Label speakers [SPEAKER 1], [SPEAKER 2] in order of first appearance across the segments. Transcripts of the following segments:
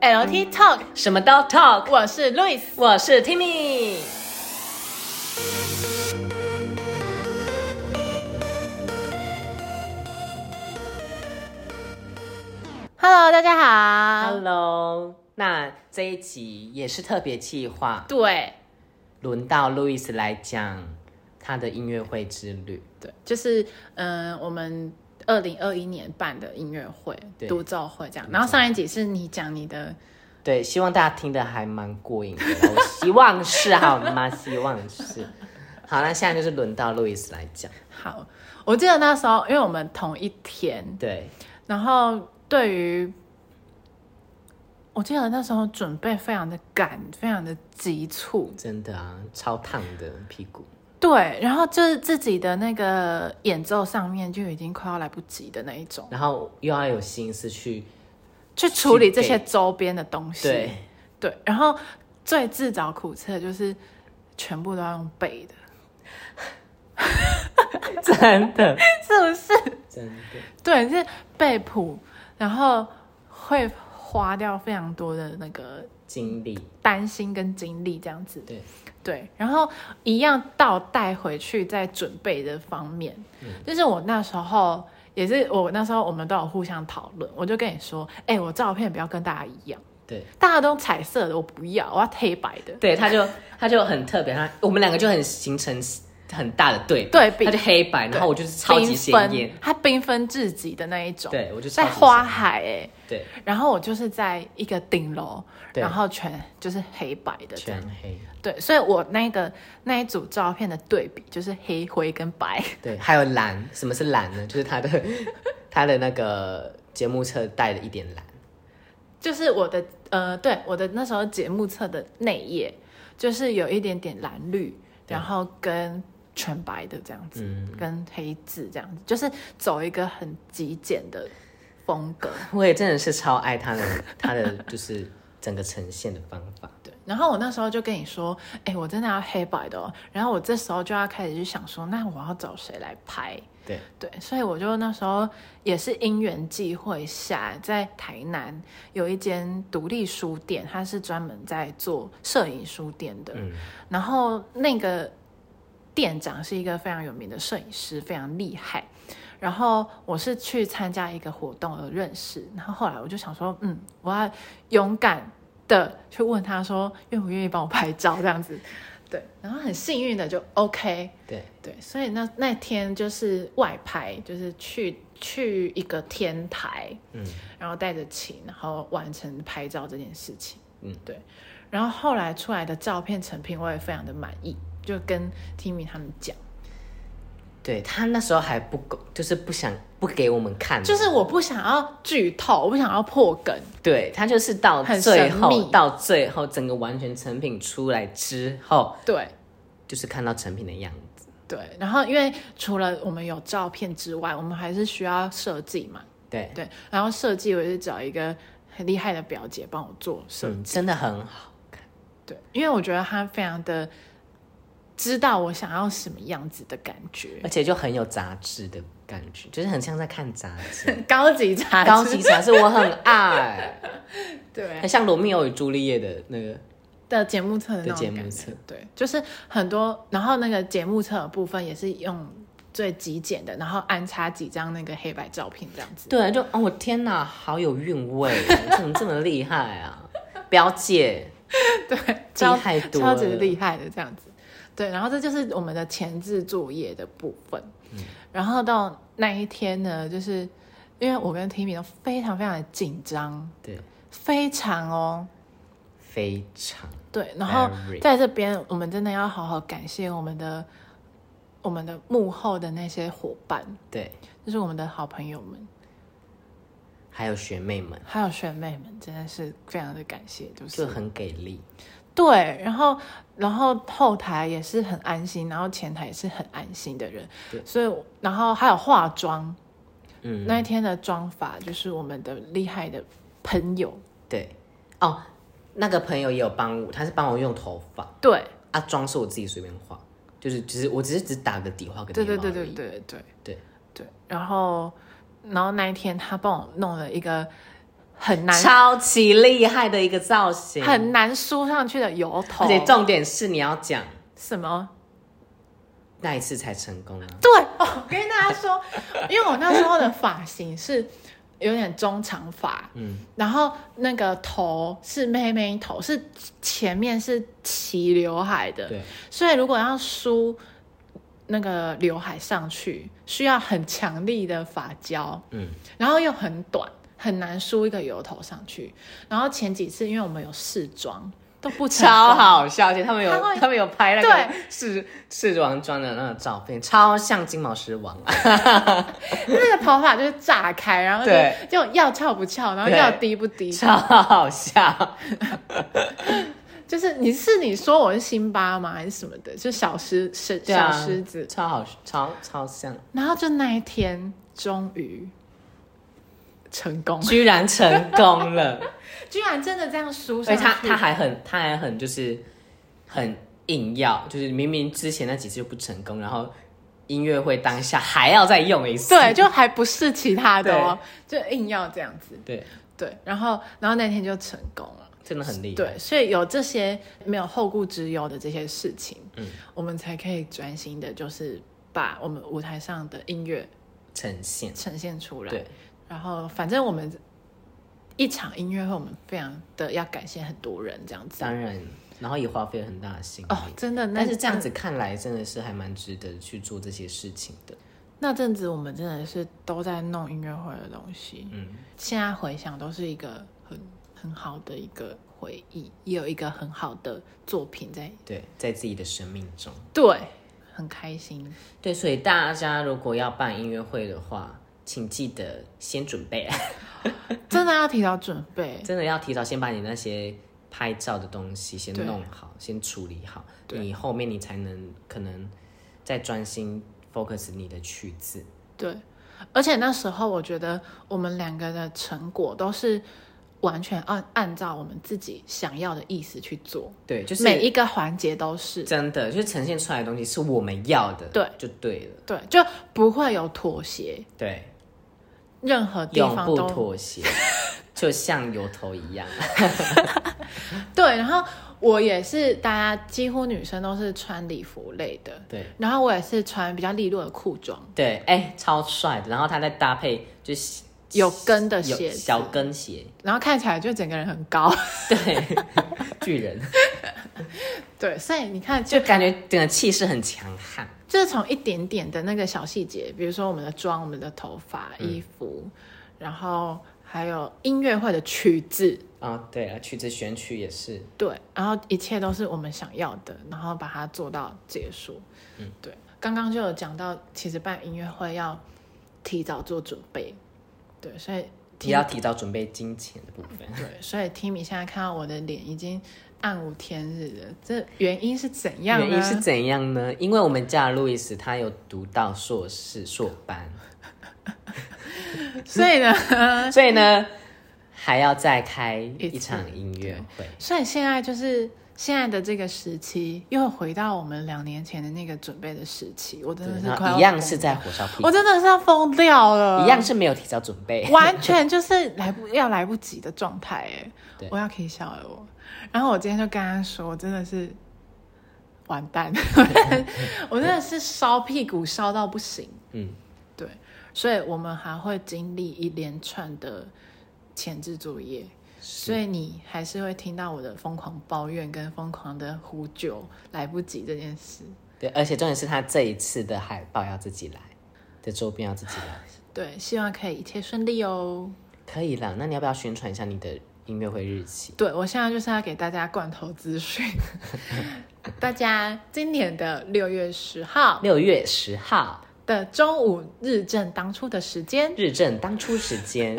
[SPEAKER 1] LT Talk，
[SPEAKER 2] 嗯什么都 talk，
[SPEAKER 1] 我是 Louis。
[SPEAKER 2] 我是 Timmy。
[SPEAKER 1] Hello，大家好。
[SPEAKER 2] Hello，那这一集也是特别计划，
[SPEAKER 1] 对
[SPEAKER 2] 轮到路易斯来讲他的音乐会之旅。
[SPEAKER 1] 对，就是嗯、呃我们二零二一年办的音乐会、
[SPEAKER 2] 对
[SPEAKER 1] 独奏会这样。然后上一集是你讲你的，
[SPEAKER 2] 对，希望大家听得还蛮过瘾的啦，我希望是好 吗？希望是。好，那现在就是轮到路易斯来讲。
[SPEAKER 1] 好，我记得那时候因为我们同一天，
[SPEAKER 2] 对，
[SPEAKER 1] 然后对于，我记得那时候准备非常的赶，非常的急促，
[SPEAKER 2] 真的啊，超烫的屁股。
[SPEAKER 1] 对，然后就是自己的那个演奏上面就已经快要来不及的那一种，
[SPEAKER 2] 然后又要有心思去
[SPEAKER 1] 去处理这些周边的东西。
[SPEAKER 2] 对，
[SPEAKER 1] 对然后最自找苦吃的就是全部都要用背的，
[SPEAKER 2] 真的，
[SPEAKER 1] 是不是？
[SPEAKER 2] 真的。
[SPEAKER 1] 对，是背谱，然后会花掉非常多的那个
[SPEAKER 2] 经历，
[SPEAKER 1] 担心跟精力这样子。
[SPEAKER 2] 对，
[SPEAKER 1] 对，然后一样倒带回去在准备的方面，就是我那时候也是我那时候我们都有互相讨论，我就跟你说，哎、我照片不要跟大家一样，
[SPEAKER 2] 对，
[SPEAKER 1] 大家都用彩色的，我不要，我要黑白的。
[SPEAKER 2] 对，他就他就很特别，他我们两个就很形成很大的对比
[SPEAKER 1] 对比
[SPEAKER 2] 他就黑白，然后我就是超级
[SPEAKER 1] 缤
[SPEAKER 2] 鲜
[SPEAKER 1] 纷
[SPEAKER 2] 艳，，
[SPEAKER 1] 它缤纷至极的那一种。
[SPEAKER 2] 对我就超
[SPEAKER 1] 在
[SPEAKER 2] 级
[SPEAKER 1] 花
[SPEAKER 2] 鲜艳
[SPEAKER 1] 海哎、
[SPEAKER 2] 对，
[SPEAKER 1] 然后我就是在一个顶楼，
[SPEAKER 2] 对
[SPEAKER 1] 然后全就是黑白的这
[SPEAKER 2] 全
[SPEAKER 1] 样。
[SPEAKER 2] 黑，
[SPEAKER 1] 对，所以我那个那一组照片的对比就是黑灰跟白。
[SPEAKER 2] 对，还有蓝，什么是蓝呢？就是他的他的那个节目册带了一点蓝，
[SPEAKER 1] 就是我的呃，对我的那时候节目册的内页，就是有一点点蓝绿，
[SPEAKER 2] 对
[SPEAKER 1] 然后跟全白的这样子，
[SPEAKER 2] 嗯
[SPEAKER 1] 跟黑字这样子，就是走一个很极简的风格。
[SPEAKER 2] 我也真的是超爱他的他的就是整个呈现的方法，
[SPEAKER 1] 对，然后我那时候就跟你说，哎，我真的要黑白的、哦。然后我这时候就要开始去想说，那我要找谁来拍？
[SPEAKER 2] 对
[SPEAKER 1] 对，所以我就那时候也是因缘际会下，在台南有一间独立书店，它是专门在做摄影书店的。
[SPEAKER 2] 嗯
[SPEAKER 1] 然后那个店长是一个非常有名的摄影师，非常厉害。然后我是去参加一个活动而认识，然后后来我就想说，嗯，我要勇敢的去问他说，愿不愿意帮我拍照这样子。对，然后很幸运的就 OK，
[SPEAKER 2] 对
[SPEAKER 1] 对，所以那那天就是外拍，就是去去一个天台，
[SPEAKER 2] 嗯
[SPEAKER 1] 然后带着琴，然后完成拍照这件事情。
[SPEAKER 2] 嗯，
[SPEAKER 1] 对。然后后来出来的照片成品，我也非常的满意，就跟 Timmy 他们讲，
[SPEAKER 2] 嗯对，他那时候还不够，就是不想不给我们看，
[SPEAKER 1] 就是我不想要剧透，我不想要破梗，
[SPEAKER 2] 对他就是到
[SPEAKER 1] 很
[SPEAKER 2] 最
[SPEAKER 1] 神
[SPEAKER 2] 后
[SPEAKER 1] 秘
[SPEAKER 2] 到最后整个完全成品出来之后，
[SPEAKER 1] 对。
[SPEAKER 2] 就是看到成品的样子。
[SPEAKER 1] 对，然后因为除了我们有照片之外，我们还是需要设计嘛。
[SPEAKER 2] 对，
[SPEAKER 1] 对，然后设计我也是找一个很厉害的表姐帮我做设计
[SPEAKER 2] 嗯，真的很好。
[SPEAKER 1] 对，因为我觉得他非常的知道我想要什么样子的感觉
[SPEAKER 2] 而，且就很有杂志的感觉，就是很像在看杂 志。
[SPEAKER 1] 高级茶，
[SPEAKER 2] 高级杂志我很爱，
[SPEAKER 1] 对
[SPEAKER 2] 很像罗密欧与朱丽叶的那个。
[SPEAKER 1] 的节目册的那
[SPEAKER 2] 的节
[SPEAKER 1] 种
[SPEAKER 2] 目
[SPEAKER 1] 感觉
[SPEAKER 2] 册，
[SPEAKER 1] 对，就是很多，然后那个节目册的部分也是用最极简的，然后安插几张那个黑白照片这样子，
[SPEAKER 2] 对，就哦，我天哪，好有韵味哦，怎么这么厉害啊？表姐，
[SPEAKER 1] 对，
[SPEAKER 2] 厉
[SPEAKER 1] 超
[SPEAKER 2] 害多
[SPEAKER 1] 超
[SPEAKER 2] 了，
[SPEAKER 1] 级厉害的这样子，对，然后这就是我们的前置作业的部分，
[SPEAKER 2] 嗯
[SPEAKER 1] 然后到那一天呢，就是因为我跟 Timmy 都非常非常的紧张，
[SPEAKER 2] 对，
[SPEAKER 1] 非常哦，
[SPEAKER 2] 非常
[SPEAKER 1] 对，然后
[SPEAKER 2] Very
[SPEAKER 1] 在这边，我们真的要好好感谢我们的我们的幕后的那些伙伴，
[SPEAKER 2] 对，
[SPEAKER 1] 就是我们的好朋友们，
[SPEAKER 2] 还有学妹们
[SPEAKER 1] 还有学妹们，真的是非常的感谢，就
[SPEAKER 2] 就是很给力，
[SPEAKER 1] 对，然后然后后台也是很安心，然后前台也是很安心的人，
[SPEAKER 2] 对
[SPEAKER 1] 所以然后还有化妆，
[SPEAKER 2] 嗯，
[SPEAKER 1] 那一天的妆法就是我们的厉害的朋友，
[SPEAKER 2] 对，哦，那个朋友也有帮我，他是帮我用头发
[SPEAKER 1] 对，
[SPEAKER 2] 啊，妆是我自己随便画，就是只是我只是只打个底画个
[SPEAKER 1] 对对
[SPEAKER 2] 眉毛
[SPEAKER 1] 对
[SPEAKER 2] 而
[SPEAKER 1] 对
[SPEAKER 2] 已
[SPEAKER 1] 对对
[SPEAKER 2] 对
[SPEAKER 1] 对，然后然后那一天他帮我弄了一个很难
[SPEAKER 2] 超级厉害的一个造型，
[SPEAKER 1] 很难梳上去的油头
[SPEAKER 2] 而，且重点是你要讲
[SPEAKER 1] 什么？
[SPEAKER 2] 那一次才成功啊。
[SPEAKER 1] 对，哦我跟大家说，因为我那时候的发型是有点中长发，
[SPEAKER 2] 嗯，
[SPEAKER 1] 然后那个头是妹妹头，是前面是齐刘海的，
[SPEAKER 2] 对，
[SPEAKER 1] 所以如果要梳那个刘海上去，需要很强力的发胶，
[SPEAKER 2] 嗯，
[SPEAKER 1] 然后又很短，很难梳一个油头上去。然后前几次因为我们有试妆，都不成功
[SPEAKER 2] 超，好笑，而且他们有
[SPEAKER 1] 他会
[SPEAKER 2] 他们有拍那个
[SPEAKER 1] 对
[SPEAKER 2] 试试妆妆的那个照片，超像金毛狮王 啊！
[SPEAKER 1] 那个头发就是炸开，然后就
[SPEAKER 2] 对
[SPEAKER 1] 就要翘不翘，然后
[SPEAKER 2] 对
[SPEAKER 1] 要低不低，
[SPEAKER 2] 超好笑，
[SPEAKER 1] 就是你是你说我是辛巴吗，还是什么的？就小狮是
[SPEAKER 2] 对啊
[SPEAKER 1] 小狮子。
[SPEAKER 2] 超好，超超像，
[SPEAKER 1] 然后就那一天终于成功，
[SPEAKER 2] 居然成 功了，
[SPEAKER 1] 居然真的这样梳
[SPEAKER 2] 而且
[SPEAKER 1] 上去。
[SPEAKER 2] 他他还很他还很就是很硬要，就是明明之前那几次就不成功，然后音乐会当下还要再用一次，
[SPEAKER 1] 对，就还不是其他的哦，就硬要这样子。
[SPEAKER 2] 对，
[SPEAKER 1] 对，然后然后那天就成功了。
[SPEAKER 2] 真的很厉害，
[SPEAKER 1] 对，所以有这些没有后顾之忧的这些事情，
[SPEAKER 2] 嗯
[SPEAKER 1] 我们才可以专心的，就是把我们舞台上的音乐
[SPEAKER 2] 呈现，
[SPEAKER 1] 呈现出来。
[SPEAKER 2] 对，
[SPEAKER 1] 然后反正我们一场音乐会，我们非常的要感谢很多人这样子。
[SPEAKER 2] 当然，然后也花费了很大的心力
[SPEAKER 1] 哦，真的，那
[SPEAKER 2] 但是这样子看来，真的是还蛮值得去做这些事情的。
[SPEAKER 1] 那阵子我们真的是都在弄音乐会的东西，
[SPEAKER 2] 嗯，
[SPEAKER 1] 现在回想都是一个很很好的一个回忆，也有一个很好的作品在，
[SPEAKER 2] 对，在自己的生命中，
[SPEAKER 1] 对，很开心。
[SPEAKER 2] 对，所以大家如果要办音乐会的话，请记得先准 备，
[SPEAKER 1] 真的要提早准备，
[SPEAKER 2] 真的要提早先把你那些拍照的东西先
[SPEAKER 1] 对
[SPEAKER 2] 弄好，先处理好，
[SPEAKER 1] 对
[SPEAKER 2] 你后面你才能可能再专心 focus 你的曲子。
[SPEAKER 1] 对。而且那时候我觉得我们两个的成果都是完全按按照我们自己想要的意思去做，
[SPEAKER 2] 对，就是
[SPEAKER 1] 每一个环节都是
[SPEAKER 2] 真的，就是呈现出来的东西是我们要的，
[SPEAKER 1] 对，
[SPEAKER 2] 就对了，
[SPEAKER 1] 对，就不会有妥协，
[SPEAKER 2] 对，
[SPEAKER 1] 任何地
[SPEAKER 2] 永
[SPEAKER 1] 方
[SPEAKER 2] 不
[SPEAKER 1] 都
[SPEAKER 2] 妥协，就像油头一样。
[SPEAKER 1] 对，然后我也是，大家几乎女生都是穿礼服类的，
[SPEAKER 2] 对
[SPEAKER 1] 然后我也是穿比较利落的裤装，
[SPEAKER 2] 对，哎、超帅的。然后他再搭配就是
[SPEAKER 1] 有跟的
[SPEAKER 2] 有
[SPEAKER 1] 鞋子
[SPEAKER 2] 小跟鞋，
[SPEAKER 1] 然后看起来就整个人很高，
[SPEAKER 2] 对，巨人
[SPEAKER 1] 对，所以你看，就
[SPEAKER 2] 就感觉整个气势很强悍。
[SPEAKER 1] 就是从一点点的那个小细节，比如说我们的妆、我们的头发、
[SPEAKER 2] 嗯
[SPEAKER 1] 衣服，然后还有音乐会的曲子，
[SPEAKER 2] 啊、对啊，曲子选曲也是，
[SPEAKER 1] 对，然后一切都是我们想要的，然后把它做到结束。嗯，对。刚刚就有讲到，其实办音乐会要提早做准备，对，所以
[SPEAKER 2] 也要提早准备金钱的部分。
[SPEAKER 1] 对，所以 Timmy 现在看到我的脸已经暗无天日了，这原因是怎样呢？啊
[SPEAKER 2] 原因是怎样呢？因为我们家的路易斯他有读到硕士硕班，
[SPEAKER 1] 所以呢，
[SPEAKER 2] 所以呢还要再开一
[SPEAKER 1] 啊一次
[SPEAKER 2] 场音乐会。
[SPEAKER 1] 所以现在就是现在的这个时期，又回到我们两年前的那个准备的时期，我真的
[SPEAKER 2] 对
[SPEAKER 1] 是
[SPEAKER 2] 然
[SPEAKER 1] 快要
[SPEAKER 2] 后一样
[SPEAKER 1] 疯
[SPEAKER 2] 是在火烧屁股
[SPEAKER 1] 我，真的是要疯掉了，
[SPEAKER 2] 一样是没有提早准备。
[SPEAKER 1] 完全就是来不要来不及的状态
[SPEAKER 2] 对
[SPEAKER 1] 哎，我要可以笑了我。然后我今天就跟他说，我真的是完 蛋，我真的是烧屁股烧到不行。
[SPEAKER 2] 嗯，
[SPEAKER 1] 对，所以我们还会经历一连串的前置作业，所以你还是会听到我的疯狂抱怨跟疯狂的呼救来不及这件事。
[SPEAKER 2] 对，而且重点是他这一次的海报要自己来，的周边要自己来，
[SPEAKER 1] 对，希望可以一切顺利哦。
[SPEAKER 2] 可以啦。那你要不要宣传一下你的音乐会日期？
[SPEAKER 1] 对，我现在就是要给大家罐头资 讯。大家今年的六月十号
[SPEAKER 2] 六月十号，
[SPEAKER 1] 的中午日正当初的时间，
[SPEAKER 2] 日正当初时间，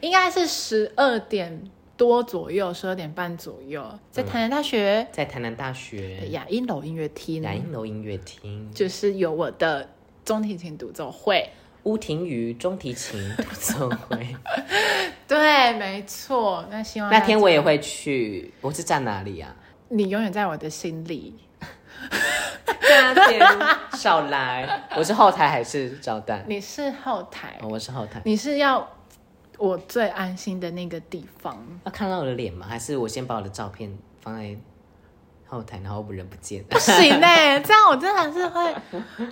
[SPEAKER 1] 应该是十二点多左右，十二点半左右，
[SPEAKER 2] 嗯
[SPEAKER 1] 在台南大学
[SPEAKER 2] 在台南大
[SPEAKER 1] 的
[SPEAKER 2] 学
[SPEAKER 1] 雅音楼音乐厅，
[SPEAKER 2] 南音楼音乐厅，
[SPEAKER 1] 就是有我的中提琴独奏会。
[SPEAKER 2] 乌庭瑜中提琴独奏会。
[SPEAKER 1] 对，没错。那希望
[SPEAKER 2] 那天
[SPEAKER 1] 大家
[SPEAKER 2] 我也会去，我是站哪里啊？
[SPEAKER 1] 你永远在我的心里。
[SPEAKER 2] 大家少来，我是后台还是照蛋？
[SPEAKER 1] 你是后台，
[SPEAKER 2] 哦哦，我是后台。
[SPEAKER 1] 你是要我最安心的那个地方。
[SPEAKER 2] 要啊看到我的脸吗？还是我先把我的照片放在后台，然后我人不见
[SPEAKER 1] 不行哎、这样我真的是会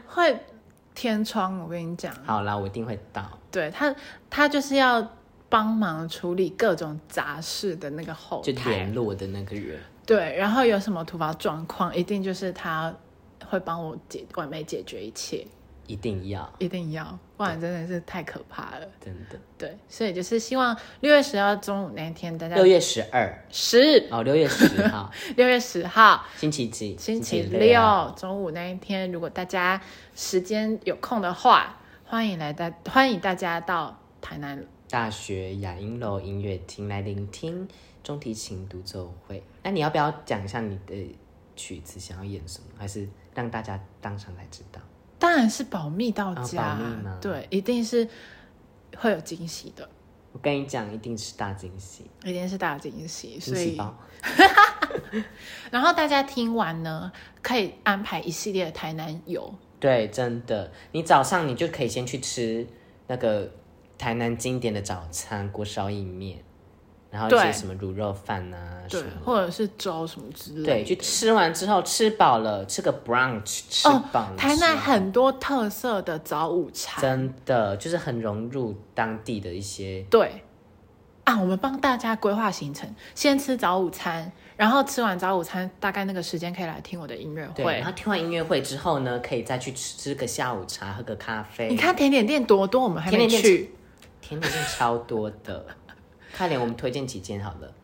[SPEAKER 1] 会天窗。我跟你讲，
[SPEAKER 2] 好啦，我一定会到。
[SPEAKER 1] 对他，他就是要帮忙处理各种杂事的那个后
[SPEAKER 2] 就
[SPEAKER 1] 台
[SPEAKER 2] 联。络的那个人，
[SPEAKER 1] 对，然后有什么突发状况，一定就是他会帮我解完美解决一切，
[SPEAKER 2] 一定要，
[SPEAKER 1] 一定要，不然真的是太可怕了。
[SPEAKER 2] 真的。
[SPEAKER 1] 对，所以就是希望六月十号中午那一天，大家
[SPEAKER 2] 六月十二，
[SPEAKER 1] 十
[SPEAKER 2] 哦，六月十 号，
[SPEAKER 1] 六月十号
[SPEAKER 2] 星期几？
[SPEAKER 1] 星期六中午那一天，如果大家时间有空的话，欢迎来大欢迎大家到台南。
[SPEAKER 2] 大学雅音楼音乐厅来聆听中提琴独奏会。那你要不要讲一下你的曲子想要演什么，还是让大家当场来知道？
[SPEAKER 1] 当然是保密到
[SPEAKER 2] 啊
[SPEAKER 1] 家，
[SPEAKER 2] 保密吗
[SPEAKER 1] 对，一定是会有惊喜的，
[SPEAKER 2] 我跟你讲，一定是大惊喜，
[SPEAKER 1] 一定是大惊喜。所
[SPEAKER 2] 惊喜
[SPEAKER 1] 以，
[SPEAKER 2] 包。
[SPEAKER 1] 然后大家听完呢，可以安排一系列的台南游，
[SPEAKER 2] 对，真的，你早上你就可以先去吃那个台南经典的早餐锅烧意面，然后一
[SPEAKER 1] 对
[SPEAKER 2] 些什么卤肉饭啊什
[SPEAKER 1] 对
[SPEAKER 2] 么，的。
[SPEAKER 1] 或者是粥什么之类的。
[SPEAKER 2] 对，去吃完之后吃饱了，吃个 brunch，吃饱了、
[SPEAKER 1] 哦，台南
[SPEAKER 2] 吃
[SPEAKER 1] 很多特色的早午茶，
[SPEAKER 2] 真的就是很融入当地的一些
[SPEAKER 1] 对啊，我们帮大家规划行程，先吃早午餐，然后吃完早午餐，大概那个时间可以来听我的音乐
[SPEAKER 2] 对，
[SPEAKER 1] 会
[SPEAKER 2] 然。后听完音乐会之后呢，可以再去吃吃个下午茶，喝个咖啡。
[SPEAKER 1] 你看甜点店多多，我们还没
[SPEAKER 2] 甜点店
[SPEAKER 1] 去，
[SPEAKER 2] 甜点店超多的，快点，我们推荐几间好了。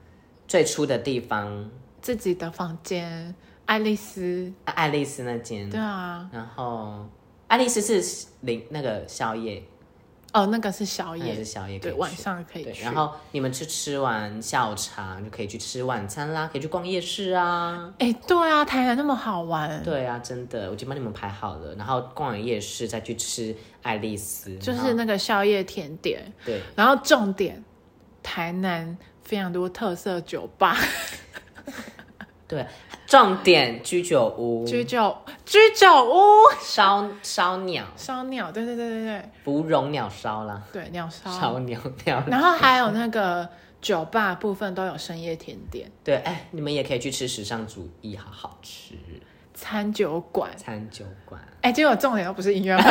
[SPEAKER 2] 最初的地方，
[SPEAKER 1] 自己的房间，爱丽丝，
[SPEAKER 2] 啊爱丽丝那间，
[SPEAKER 1] 对啊，
[SPEAKER 2] 然后爱丽丝是零那个宵夜，
[SPEAKER 1] 哦，那个是宵
[SPEAKER 2] 那也
[SPEAKER 1] 夜
[SPEAKER 2] 是，宵夜可
[SPEAKER 1] 对，
[SPEAKER 2] 以去，
[SPEAKER 1] 晚上可以
[SPEAKER 2] 对。
[SPEAKER 1] 去。
[SPEAKER 2] 然，后你们去吃完下午茶，就可以去吃晚餐啦，可以去逛夜市啊。
[SPEAKER 1] 哎，对啊，台南那么好玩，
[SPEAKER 2] 对啊，真的，我已经帮你们排好了。然后逛完夜市再去吃爱丽丝，
[SPEAKER 1] 就
[SPEAKER 2] 然后
[SPEAKER 1] 是那个宵夜甜点，
[SPEAKER 2] 对，
[SPEAKER 1] 然后重点，台南非常多特色酒吧。
[SPEAKER 2] 嗯对，重点居酒屋、
[SPEAKER 1] 居酒居酒屋
[SPEAKER 2] 烧烧鸟、
[SPEAKER 1] 烧鸟，对对对对对
[SPEAKER 2] 芙蓉鸟烧啦，
[SPEAKER 1] 对鸟烧，
[SPEAKER 2] 烧鸟鸟。
[SPEAKER 1] 然后还有那个酒吧部分都有深夜甜点、
[SPEAKER 2] 对，哎，你们也可以去吃时尚主义，好好吃
[SPEAKER 1] 餐酒馆。
[SPEAKER 2] 餐酒馆。
[SPEAKER 1] 哎，结果重点都不是音 乐会，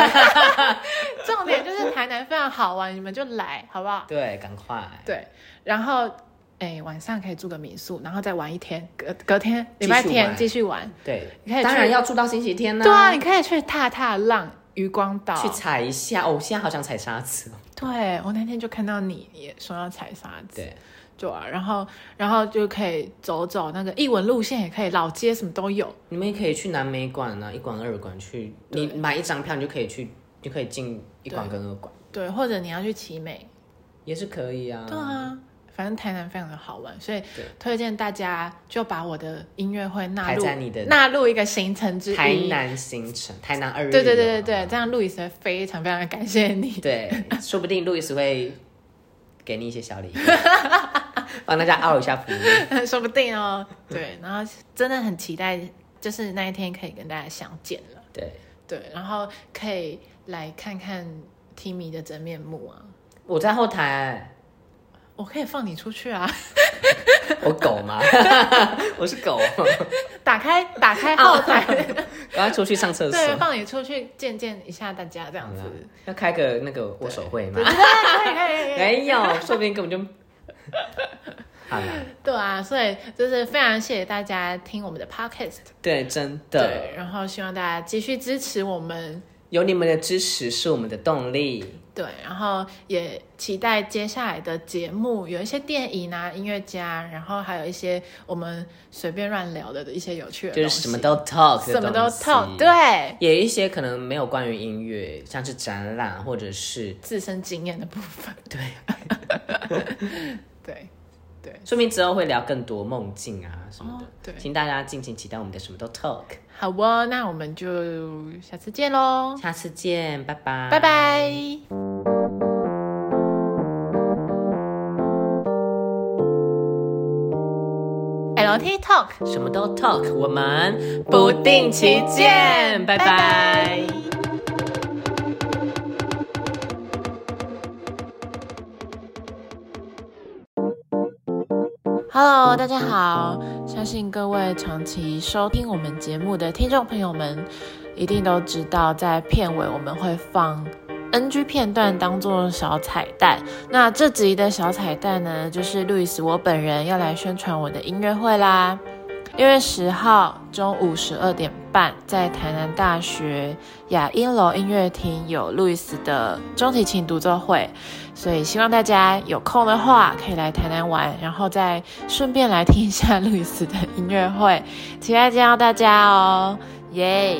[SPEAKER 1] 重点就是台南非常好玩，你们就来好不好？
[SPEAKER 2] 对，赶快
[SPEAKER 1] 对，然后哎晚上可以住个民宿，然后再玩一天，隔隔天礼拜
[SPEAKER 2] 继续
[SPEAKER 1] 天
[SPEAKER 2] 玩
[SPEAKER 1] 继续玩。
[SPEAKER 2] 对，
[SPEAKER 1] 你可以
[SPEAKER 2] 当
[SPEAKER 1] 去
[SPEAKER 2] 然要住到星期天呢、
[SPEAKER 1] 对啊啊，你可以去踏踏浪、渔光岛。
[SPEAKER 2] 去踩一下哦！我现在好想踩沙子哦。
[SPEAKER 1] 对我那天就看到你也说要踩沙子。
[SPEAKER 2] 对，
[SPEAKER 1] 对啊，然后然后就可以走走那个艺文路线，也可以老街什么都有。
[SPEAKER 2] 你们也可以去南美馆啊，一馆、二馆去。
[SPEAKER 1] 对
[SPEAKER 2] 你买一张票，你就可以去，你就可以进一馆跟二馆，
[SPEAKER 1] 对，或者你要去奇美，
[SPEAKER 2] 也是可以啊。
[SPEAKER 1] 对啊，反正台南非常的好玩，所以
[SPEAKER 2] 对
[SPEAKER 1] 推荐大家就把我的音乐会纳
[SPEAKER 2] 排
[SPEAKER 1] 入
[SPEAKER 2] 在你的
[SPEAKER 1] 纳入一个行程之一。
[SPEAKER 2] 台南新城，台南二日游。哦
[SPEAKER 1] 对对对对
[SPEAKER 2] 好
[SPEAKER 1] 对，
[SPEAKER 2] 吗
[SPEAKER 1] 这样路易斯会非常非常的感谢你。
[SPEAKER 2] 对，说不定路易斯会给你一些小礼物， 帮大家凹一下福 利。
[SPEAKER 1] 说不定哦。对，然后真的很期待，就是那一天可以跟大家相见了。
[SPEAKER 2] 对，
[SPEAKER 1] 对，然后可以来看看 Timmy 的真面目啊！
[SPEAKER 2] 我在后台，
[SPEAKER 1] 我可以放你出去啊！
[SPEAKER 2] 我狗吗？我是狗，
[SPEAKER 1] 打开打开后 台，
[SPEAKER 2] 赶快出去上厕所。
[SPEAKER 1] 对，放你出去见见一下大家这样
[SPEAKER 2] 好
[SPEAKER 1] 子
[SPEAKER 2] 啦。要开个那个握手会吗？
[SPEAKER 1] 可以可以可以
[SPEAKER 2] 没有，说不定根本 就。好啦，
[SPEAKER 1] 对啊，所以就是非常谢谢大家听我们的 podcast，
[SPEAKER 2] 对，真
[SPEAKER 1] 对，
[SPEAKER 2] 的，
[SPEAKER 1] 然后希望大家继续支持我们，
[SPEAKER 2] 有你们的支持是我们的动力。
[SPEAKER 1] 对，然后也期待接下来的节目有一些电影啊、音乐家，然后还有一些我们随便乱聊的一些有趣的
[SPEAKER 2] 就
[SPEAKER 1] 东
[SPEAKER 2] 是
[SPEAKER 1] 西，
[SPEAKER 2] 什么都 talk，的
[SPEAKER 1] 什么都
[SPEAKER 2] 东西
[SPEAKER 1] talk，，对，
[SPEAKER 2] 也有一些可能没有关于音乐，像是展览或者是
[SPEAKER 1] 自身经验的部分，
[SPEAKER 2] 对，
[SPEAKER 1] 对对，
[SPEAKER 2] 说明之后会聊更多梦境啊什么的。
[SPEAKER 1] 哦对
[SPEAKER 2] 请大家敬请期待我们的什么都 talk，
[SPEAKER 1] 好哦，那我们就下次见喽，
[SPEAKER 2] 下次见，拜拜，
[SPEAKER 1] 哦拜。拜。LT Talk，
[SPEAKER 2] 什么都 talk，我们
[SPEAKER 1] 不定期见，
[SPEAKER 2] 拜
[SPEAKER 1] 拜
[SPEAKER 2] 拜
[SPEAKER 1] 拜 Hello，大家好！相信各位长期收听我们节目的听众朋友们，一定都知道，在片尾我们会放 NG 片段当做小彩蛋。那这集的小彩蛋呢，就是路易斯我本人要来宣传我的音乐会啦。六月十号中午十二点半，在台南大学雅音楼音乐厅有路易斯的中提琴独奏会，所以希望大家有空的话可以来台南玩，然后再顺 便来听一下路易斯的音乐会，期待见到大家哦，耶、